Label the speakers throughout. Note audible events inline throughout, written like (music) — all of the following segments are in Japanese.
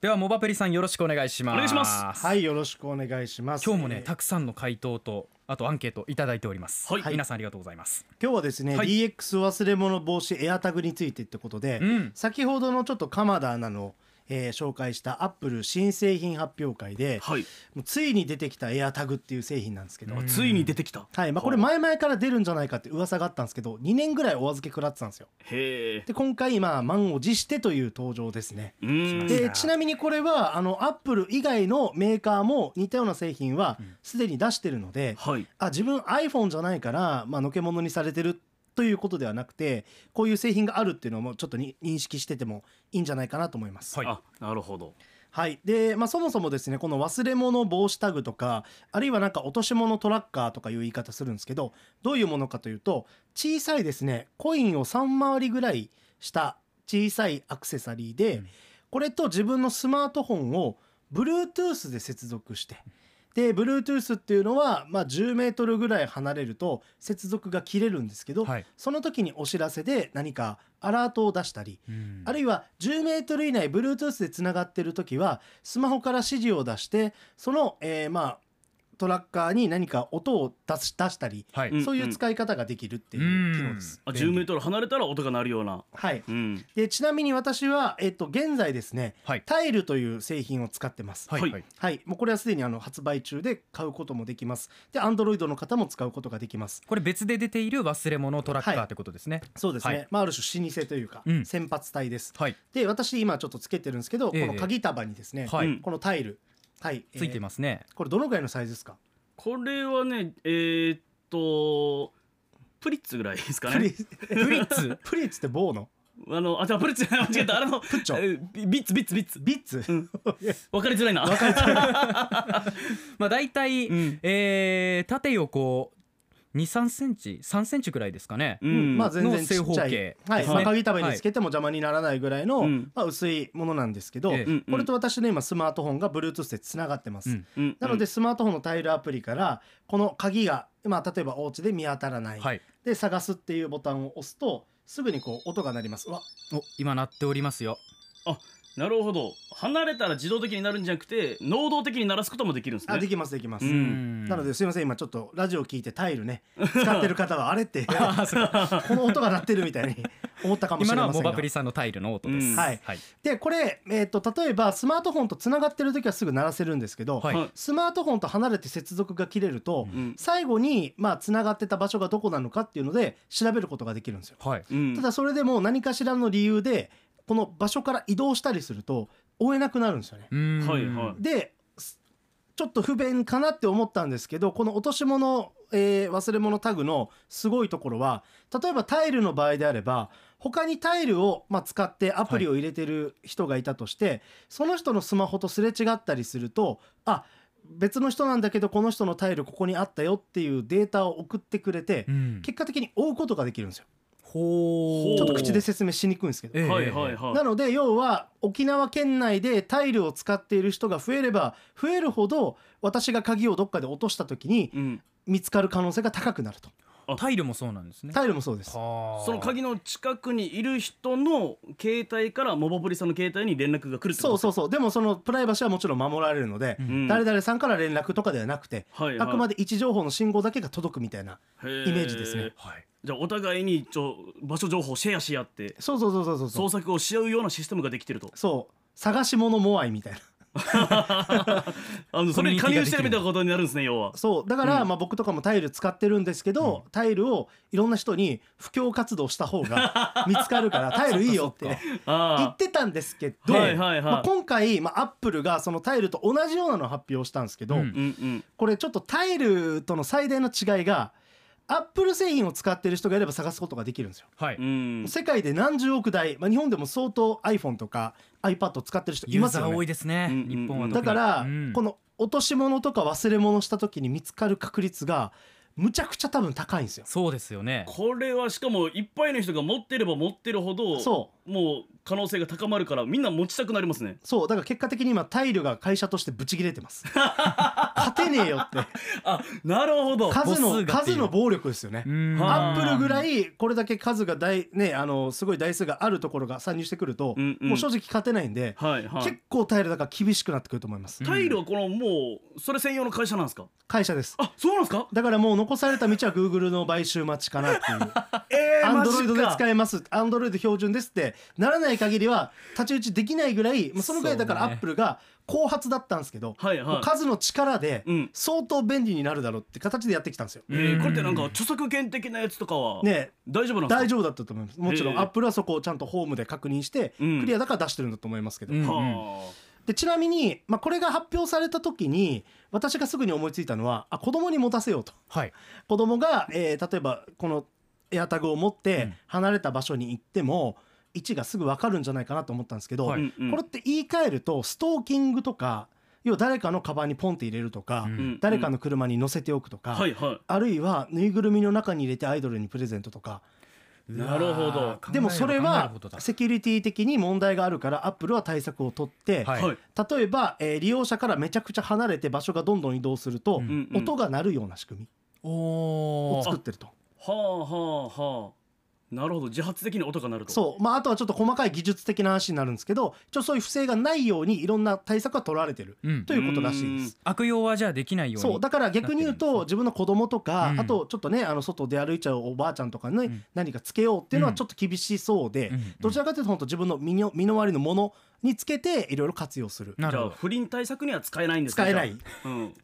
Speaker 1: ではモバペリさんよろしくお願いします
Speaker 2: お願いします
Speaker 1: は
Speaker 3: はいい、よろしくお願いします。
Speaker 1: 今日もね
Speaker 3: えー
Speaker 1: たくさんの回答とあとアンケートいただいております
Speaker 2: はい
Speaker 1: 皆さんありがとうございます
Speaker 3: 今日はですね、
Speaker 1: はい
Speaker 3: DX 忘れ物防止エアタグについてってことで、
Speaker 1: うん
Speaker 3: 先ほどのちょっと鎌田アナの、えー紹介したアップル新製品発表会で、
Speaker 2: はい、
Speaker 3: もうついに出てきたエアタグっていう製品なんですけど、
Speaker 1: うん
Speaker 2: ついに出てきた
Speaker 3: はいまあ、これ前々から出るんじゃないかって噂があったんですけど2年ぐらいお預け食らってたんですよ
Speaker 2: へえ
Speaker 3: で今回まあ満を持してという登場ですね
Speaker 2: うーん
Speaker 1: いい
Speaker 3: で
Speaker 1: な
Speaker 3: ちなみにこれはあのアップル以外のメーカーも似たような製品は
Speaker 1: うん
Speaker 3: すでに出してるので、
Speaker 2: はい
Speaker 3: あ自分 iPhone じゃないから、まあのけ者にされてるということではなくてこういう製品があるっていうのもちょっとに認識しててもいいんじゃないかなと思います。
Speaker 1: はい
Speaker 2: あなるほど
Speaker 3: はい、で、まあ、そもそもですねこの忘れ物防止タグとかあるいはなんか落とし物トラッカーとかいう言い方するんですけどどういうものかというと小さいですねコインを3回りぐらいした小さいアクセサリーで、
Speaker 1: うん
Speaker 3: これと自分のスマートフォンを Bluetooth で接続してで Bluetooth っていうのは、まあ、10メートルぐらい離れると接続が切れるんですけど、
Speaker 1: はい
Speaker 3: その時にお知らせで何かアラートを出したりあるいは10メートル以内 Bluetooth でつながってる時はスマホから指示を出してその、えーまあトラッカーに何か音を出し出したり、
Speaker 1: はい
Speaker 2: うん
Speaker 3: そういう使い方ができるっていう機能です。
Speaker 2: あ
Speaker 1: 便利
Speaker 2: 10メートル離れたら音が鳴るような
Speaker 3: はい、
Speaker 2: うん
Speaker 3: でちなみに私は、えっと現在ですね
Speaker 1: はい
Speaker 3: タイルという製品を使ってます。
Speaker 1: はい
Speaker 2: はい
Speaker 3: はい、もうこれはすでにあの発売中で買うこともできます。で、Android の方も使うことができます。
Speaker 1: これ別で出ている忘れ物トラッカーってことですね
Speaker 3: そうですね。
Speaker 1: はい
Speaker 3: まあある種老舗というか、
Speaker 1: うん
Speaker 3: 先発体です。
Speaker 1: はい
Speaker 3: で、私今ちょっとつけてるんですけど、
Speaker 1: ええ
Speaker 3: この鍵束にですね、
Speaker 1: は
Speaker 2: うん
Speaker 1: い
Speaker 3: このタイル、はい、
Speaker 1: ついて
Speaker 3: ま
Speaker 1: ますね
Speaker 3: す。これどのぐらいのサイズですか？
Speaker 2: これはねえー、っとプリッツぐらいですか
Speaker 3: プ
Speaker 2: ね
Speaker 3: リ (laughs)
Speaker 1: フリッツ
Speaker 3: プリッツって棒の
Speaker 2: あのあじゃプリッツじゃない間違えたあれの
Speaker 3: プッチョ
Speaker 2: えービビッツビッツビッツ
Speaker 3: ビッツ、
Speaker 2: 分かりづらいな
Speaker 1: まあ大体
Speaker 2: うん
Speaker 1: えー縦横23センチ3センチくらいですかね
Speaker 2: うん
Speaker 3: (laughs) まあ全然
Speaker 1: の
Speaker 3: ち
Speaker 1: 正
Speaker 3: っ
Speaker 1: 方
Speaker 3: ちゃい、
Speaker 1: 形
Speaker 3: はい、
Speaker 1: です
Speaker 3: ま
Speaker 1: ね
Speaker 3: あ、鍵束につけても邪魔にならないぐらいの、
Speaker 2: うん
Speaker 3: まあ薄いものなんですけど、
Speaker 1: ええ
Speaker 2: うん
Speaker 3: これと私の今スマートフォンが Bluetooth でつながってます。
Speaker 1: うん
Speaker 2: うん
Speaker 3: なのでスマートフォンのタイルアプリからこの鍵が、まあ、例えばお家で見当たらない、
Speaker 1: はい
Speaker 3: で探すっていうボタンを押すとすぐにこう音が鳴りますうわ
Speaker 1: お今鳴っておりますよ
Speaker 2: なるほど離れたら自動的になるんじゃなくて能動的に鳴らすこともできるんですね
Speaker 3: あできますできます、
Speaker 2: う
Speaker 1: うんん
Speaker 3: なのですいません今ちょっとラジオ聞いてタイルね使ってる方はあれってこ
Speaker 1: (laughs) あーそう
Speaker 3: の音が鳴ってるみたい
Speaker 1: (laughs)
Speaker 3: に思ったかもし
Speaker 1: 今
Speaker 3: れ
Speaker 1: のは
Speaker 3: ませ
Speaker 1: モ
Speaker 3: んが
Speaker 1: バペリさんのタイルの音です
Speaker 2: うん
Speaker 3: はい
Speaker 1: はい
Speaker 3: でこれ、えー、と例えばスマートフォンとつながってる時はすぐ鳴らせるんですけど、
Speaker 1: はい
Speaker 2: (laughs) はい
Speaker 3: スマートフォンと離れて接続が切れると、
Speaker 2: うん
Speaker 3: 最後にまあつながってた場所がどこなのかっていうので調べることができるんですよ。
Speaker 1: はい
Speaker 2: うん
Speaker 3: ただそれでも何かしらの理由でこの場所から移動したりすると追えなくなるんですよね。
Speaker 1: うん
Speaker 2: はいはい
Speaker 3: ですちょっと不便かなって思ったんですけどこの落とし物、えー忘れ物タグのすごいところは例えばタイルの場合であれば他にタイルを、まあ、使ってアプリを入れてる人がいたとして、その人のスマホとすれ違ったりするとあ別の人なんだけどこの人のタイルここにあったよっていうデータを送ってくれて、
Speaker 1: うん
Speaker 3: 結果的に追うことができるんですよ。
Speaker 1: ほう
Speaker 3: ちょっと口です説明しにくいんですけど。
Speaker 1: ええ
Speaker 2: はいはいはい
Speaker 3: なので要は沖縄県内でタイルを使っている人が増えれば増えるほど私が鍵をどっかで落とした時に
Speaker 2: うん
Speaker 3: 見つかる可能性が高くなると
Speaker 1: タイルもそうなんですね
Speaker 3: タイルもそうです
Speaker 1: はあ
Speaker 2: その鍵の近くにいる人の携帯からモバブリさんの携帯に連絡が来るって
Speaker 3: そ
Speaker 2: こ
Speaker 3: う
Speaker 2: と
Speaker 3: そうそうでもそのプライバシーはもちろん守られるので
Speaker 1: うん
Speaker 2: うん
Speaker 3: 誰々さんから連絡とかではなくて
Speaker 2: はい
Speaker 3: あくま
Speaker 2: で
Speaker 3: で位置情報の信号だけが届くみたいな
Speaker 2: イメ
Speaker 3: イメージですね
Speaker 1: はい
Speaker 2: じゃあお互いにちょ場所情報をシェアし合って
Speaker 3: そうそうそうそうそうそ
Speaker 2: 捜
Speaker 3: う
Speaker 2: 索をし合うようなシステムができてると
Speaker 3: そう探し物モアイみたいな
Speaker 2: (laughs) あのそれに加入してるみたいなことになるんですね要は
Speaker 3: そうだから、
Speaker 2: うん
Speaker 3: まあ僕とかもタイル使ってるんですけど、タイルをいろんな人に布教活動した方が見つかるからタイルいいよ
Speaker 2: (laughs)
Speaker 3: って言
Speaker 2: あ
Speaker 3: ってたんですけど、
Speaker 2: はいはいはい
Speaker 3: まあ、今回、まあ、アップルがそのタイルと同じようなのを発表したんですけど、
Speaker 1: うん
Speaker 2: ーうんうん
Speaker 3: これちょっとタイルとの最大の違いがアップル製品を使ってる人がいれば探すことができるんですよ。
Speaker 1: はい
Speaker 2: うん
Speaker 3: 世界で何十億台、まあ、日本でも相当 iPhone とか iPad を使ってる人い
Speaker 1: ユー
Speaker 3: ます
Speaker 1: ザ
Speaker 3: よ
Speaker 1: ー多
Speaker 3: ね
Speaker 1: い。ですね
Speaker 2: うんうんうん
Speaker 1: 日本は特
Speaker 3: だ
Speaker 1: に
Speaker 3: から、
Speaker 1: うん
Speaker 3: この落とし物とか忘れ物した時に見つかる確率がむちゃくちゃ多分高いんですよ。
Speaker 1: そうですよね
Speaker 2: これはしかもいっぱいの人が持ってれば持ってるほど
Speaker 3: そう
Speaker 2: もう可能性が高まるからみんな持ちたくなりますね
Speaker 3: そうだから結果的に今タイルが会社としてブチ切れてますこ勝てねえよって
Speaker 2: あなるほど
Speaker 3: 数
Speaker 1: 母数
Speaker 3: の
Speaker 1: がってい
Speaker 3: 数
Speaker 1: う
Speaker 3: の暴力ですよね
Speaker 1: うん
Speaker 3: アップルぐら
Speaker 1: い
Speaker 3: いこれだけ数が大ねあのすごい台数があるところが参入してくると、
Speaker 2: うんうん
Speaker 3: もう正直勝てないんで、
Speaker 2: はいはい
Speaker 3: 結構タイルだから厳しくなってくると思います、
Speaker 1: うん
Speaker 2: タイルはこのもうそれ専用の会社なんですか
Speaker 3: 会社です
Speaker 2: あそうなんですか
Speaker 3: だからもう残された道は Google の買収待ちかなっていう
Speaker 2: え
Speaker 3: アンドロイドで
Speaker 2: マジか
Speaker 3: 使えますアンドロイド標準ですってならない限りは太刀打ちできないぐらいまあそのぐらいだから
Speaker 1: そ
Speaker 3: ア
Speaker 1: うね
Speaker 3: ップルが後発だったんですけど、
Speaker 2: はい
Speaker 3: もう
Speaker 2: は
Speaker 3: 数の力で
Speaker 2: いうん
Speaker 3: 相当便利になるだろうって形でやってきたんですよ。
Speaker 2: えーこれってなんか著作権的なやつとかは
Speaker 3: ね
Speaker 2: 大丈夫なんですか
Speaker 3: 大丈夫だったと思いますもちろ
Speaker 2: へ
Speaker 3: ん
Speaker 2: ー
Speaker 3: アップルはそこをちゃんとホームで確認して
Speaker 2: うん
Speaker 3: クリアだから出してるんだと思いますけど、
Speaker 1: うん
Speaker 2: は
Speaker 3: でちなみに、まあ、これが発表された時に私がすぐに思いついたのはあ子供に持たせようと
Speaker 1: はい
Speaker 3: 子供が、えー例えばこのエアタグを持っ
Speaker 1: う
Speaker 3: て
Speaker 1: ん
Speaker 3: 離れた場所に行っても位置がすぐ分かるんじゃないかなと思ったんですけど、
Speaker 2: あ、
Speaker 1: はい
Speaker 2: うんうん
Speaker 3: これって言い換えるとストーキングとか要は誰かのカバンにポンって入れるとか、
Speaker 1: うん
Speaker 2: うん
Speaker 3: 誰かの車に乗せておくとか、
Speaker 2: はいは
Speaker 3: あるいはぬいぐるみの中に入れてアイドルにプレゼントとか
Speaker 2: いなるほ
Speaker 1: 考
Speaker 2: ど
Speaker 1: えれば
Speaker 3: でもそれは
Speaker 1: 考えるほどだ
Speaker 3: セキュリティ的に問題があるからアップルは対策を取って、
Speaker 1: はい
Speaker 2: はい
Speaker 3: 例えば、えー利用者からめちゃくちゃ離れて場所がどんどん移動すると、
Speaker 1: うん
Speaker 2: うんうん
Speaker 3: 音が鳴るような仕組
Speaker 1: お
Speaker 3: みを
Speaker 1: ー
Speaker 3: 作ってると。
Speaker 2: はあはあはあなるほど自発的に音が鳴ると
Speaker 3: そうまあ、あとはちょっと細かい技術的な話になるんですけど一応そういう不正がないようにいろんな対策が取られてる
Speaker 1: うん
Speaker 3: ということらしいです。
Speaker 1: 悪用はじゃあできないように
Speaker 3: そうだから逆に言う
Speaker 1: なってるんですね
Speaker 3: と自分の子供とか、
Speaker 1: うん
Speaker 3: あとちょっとねあの外で歩いちゃうおばあちゃんとかに、
Speaker 1: ん
Speaker 3: 何かつけようっていうの
Speaker 1: う
Speaker 3: は
Speaker 1: ん
Speaker 3: ちょっと厳しそうで、
Speaker 1: うんうん
Speaker 3: どちらかというと本当自分の身の身の回りのものにつけていろいろ活用する。
Speaker 1: な
Speaker 2: じ
Speaker 1: る
Speaker 2: ゃ
Speaker 1: ほ
Speaker 2: あ
Speaker 1: ど
Speaker 2: 不倫対策には使えないんです
Speaker 3: 使
Speaker 2: ね
Speaker 3: えな
Speaker 2: じ
Speaker 3: い
Speaker 2: ゃあうん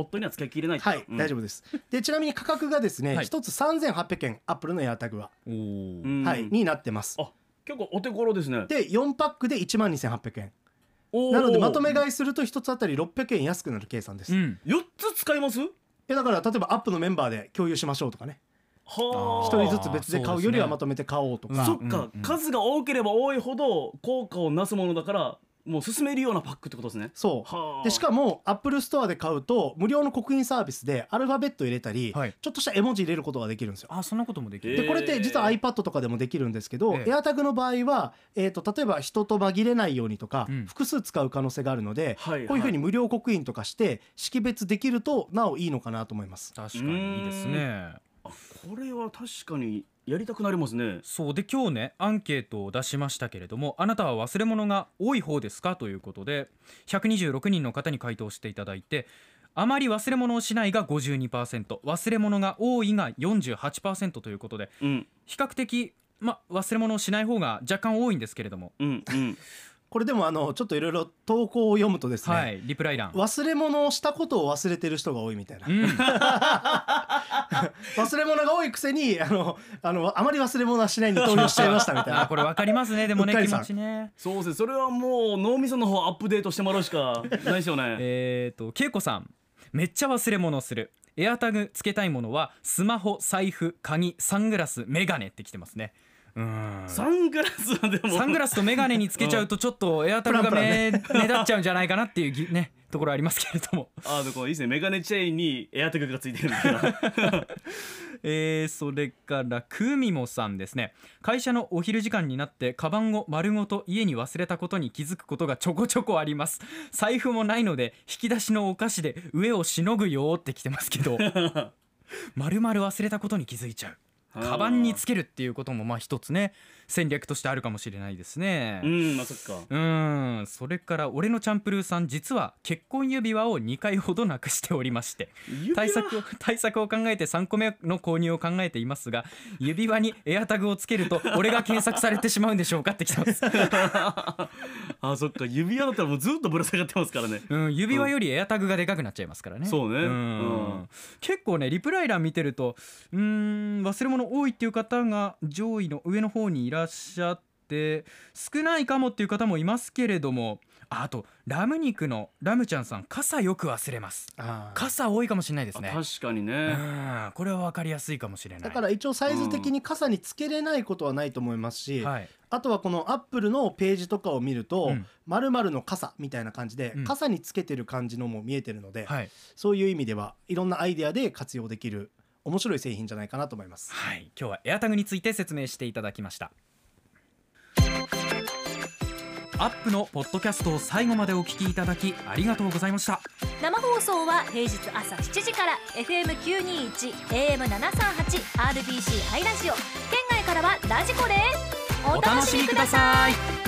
Speaker 2: 夫には使い切れない
Speaker 3: はい、大丈
Speaker 2: 夫
Speaker 3: 夫ですでちなみに価格がですね、
Speaker 1: はい
Speaker 3: 一つ3800円アップルのエアタグは、
Speaker 1: おー
Speaker 3: はいになってます
Speaker 2: あ結構お手頃ですね
Speaker 3: で4パックで1万2800円
Speaker 2: おー
Speaker 3: なのでまとめ買いすると一つあたり600円安くなる計算です、
Speaker 1: う
Speaker 3: い
Speaker 1: ん
Speaker 2: 4つ使いますは
Speaker 3: やだから例えばアップのメンバーで共有しましょうとかね
Speaker 1: あー
Speaker 3: 一
Speaker 2: あ
Speaker 3: 人ずつ別で買うよりはまとめて買おうとか
Speaker 2: そ
Speaker 1: そう
Speaker 2: っ
Speaker 1: ですね
Speaker 2: か、
Speaker 1: うんうん
Speaker 2: 数が多ければ多いほど効果をなすものだからもう進めるようなパックってことですね
Speaker 3: そう
Speaker 2: はあ
Speaker 3: でしかもアップルストアで買うと無料の刻印サービスでアルファベット入れたり、
Speaker 1: はい
Speaker 3: ちょっとした絵文字入れることができるんですよ。
Speaker 1: あそんなこともでき
Speaker 2: えー
Speaker 1: る
Speaker 3: でこれって実は iPad とかでもできるんですけど、
Speaker 1: ええ
Speaker 3: AirTag の場合は、えー、と例えば人と紛れないようにとか、
Speaker 1: うん
Speaker 3: 複数使う可能性があるので、
Speaker 2: はい
Speaker 3: こういうふうに
Speaker 2: は
Speaker 3: 無料刻印とかして識別できるとなおいいのかなと思います。
Speaker 1: 確かにいいですね
Speaker 2: あこれは確かにやりたくなりますね
Speaker 1: そうで今日ねアンケートを出しましたけれどもあなたは忘れ物が多い方ですかということで126人の方に回答していただいてあまり忘れ物をしないが52%忘れ物が多いが48%ということで
Speaker 2: うん
Speaker 1: 比較的まあ忘れ物をしない方が若干多いんですけれども、
Speaker 2: うん
Speaker 1: (laughs)
Speaker 2: うん
Speaker 3: これでもあのちょっといろいろ投稿を読むとですね、
Speaker 1: はいリプライ欄
Speaker 3: 忘れ物をしたことを忘れてる人が多いみたいな
Speaker 1: う。ん、
Speaker 3: (laughs) 忘れ物が多いくせにあのあのあまり忘れ物はしないに投票しちゃいましたみたい
Speaker 1: あ (laughs)
Speaker 3: な
Speaker 1: これ分かりますねでもね
Speaker 3: うっか
Speaker 1: 気
Speaker 3: りさん
Speaker 1: 持ちね
Speaker 2: そうですねそれはもう脳みその方アップデートしてもらうしかないですよ
Speaker 3: (laughs)
Speaker 2: ね
Speaker 1: (laughs) えー、と恵子さんめっちゃ忘れ物するエアタグつけたいものはスマホ財布鍵サングラスメガネってきてますねうーんサ
Speaker 2: サングラスはでも
Speaker 1: ングラスとメガネにつけちゃうとちょっとエアタグが
Speaker 3: プランプラ
Speaker 1: 目,、目立っちゃうんじゃないかなっていうぎねところありますけれども、
Speaker 2: あでこういいですねメガネチェーンにエアテグがついてるみたいな
Speaker 1: えーそれからクミモさんですね会社のお昼時間になってカバンを丸ごと家に忘れたことに気づくことがちょこちょこあります財布もないので引き出しのお菓子で上をしのぐよーってきてますけ
Speaker 2: (laughs)
Speaker 1: ど丸々忘れたことに気づいちゃう (laughs) カバンにつけるっていうこともまあ一つね戦略としてあるかもしれないですね
Speaker 2: うんまあそっか
Speaker 1: うんそれから俺のチャンプルーさん実は結婚指輪を2回ほどなくしておりまして
Speaker 2: 指輪
Speaker 1: 対策を (laughs) 対策を考えて3個目の購入を考えていますが指輪にエアタグをつけると俺が検索されてしまうんでしょうかってきて
Speaker 2: (laughs)
Speaker 1: ます、
Speaker 2: あそっか指輪だったらもうずっとぶら下がってますからね
Speaker 1: うん、指輪よりエアタグがでかくなっちゃいますからね
Speaker 2: そうね
Speaker 1: ん
Speaker 2: うん
Speaker 1: 結構ねリプライ欄見てるとうーん忘れ物多いっていう方が上位の上の方にいらっしゃって少ないかもっていう方もいますけれどもああとラム肉のラムちゃんさん傘よく忘れます
Speaker 3: あー
Speaker 1: 傘多いかもしれないです
Speaker 2: あ
Speaker 1: ね
Speaker 2: 確かに
Speaker 1: う
Speaker 2: ね
Speaker 1: んこれは分かりやすいかもしれない
Speaker 3: だから一応サイズ的に傘につけれないことはないと思いますし、
Speaker 1: はい、
Speaker 3: あとはこのアップルのページとかを見ると
Speaker 1: うん
Speaker 3: 「まるの傘」みたいな感じで
Speaker 1: うん
Speaker 3: 傘につけてる感じのも見えてるので、
Speaker 1: はい
Speaker 3: そういう意味ではいろんなアイデアで活用できる面白い製品じゃないかなと思います。
Speaker 1: はい、今日はエアタグについて説明していただきましたアップのポッドキャストを最後までお聞きいただきありがとうございました
Speaker 4: 生放送は平日朝7時から FM921 AM738 RBC ハイラジオ県外からはラジコですお楽しみください
Speaker 1: い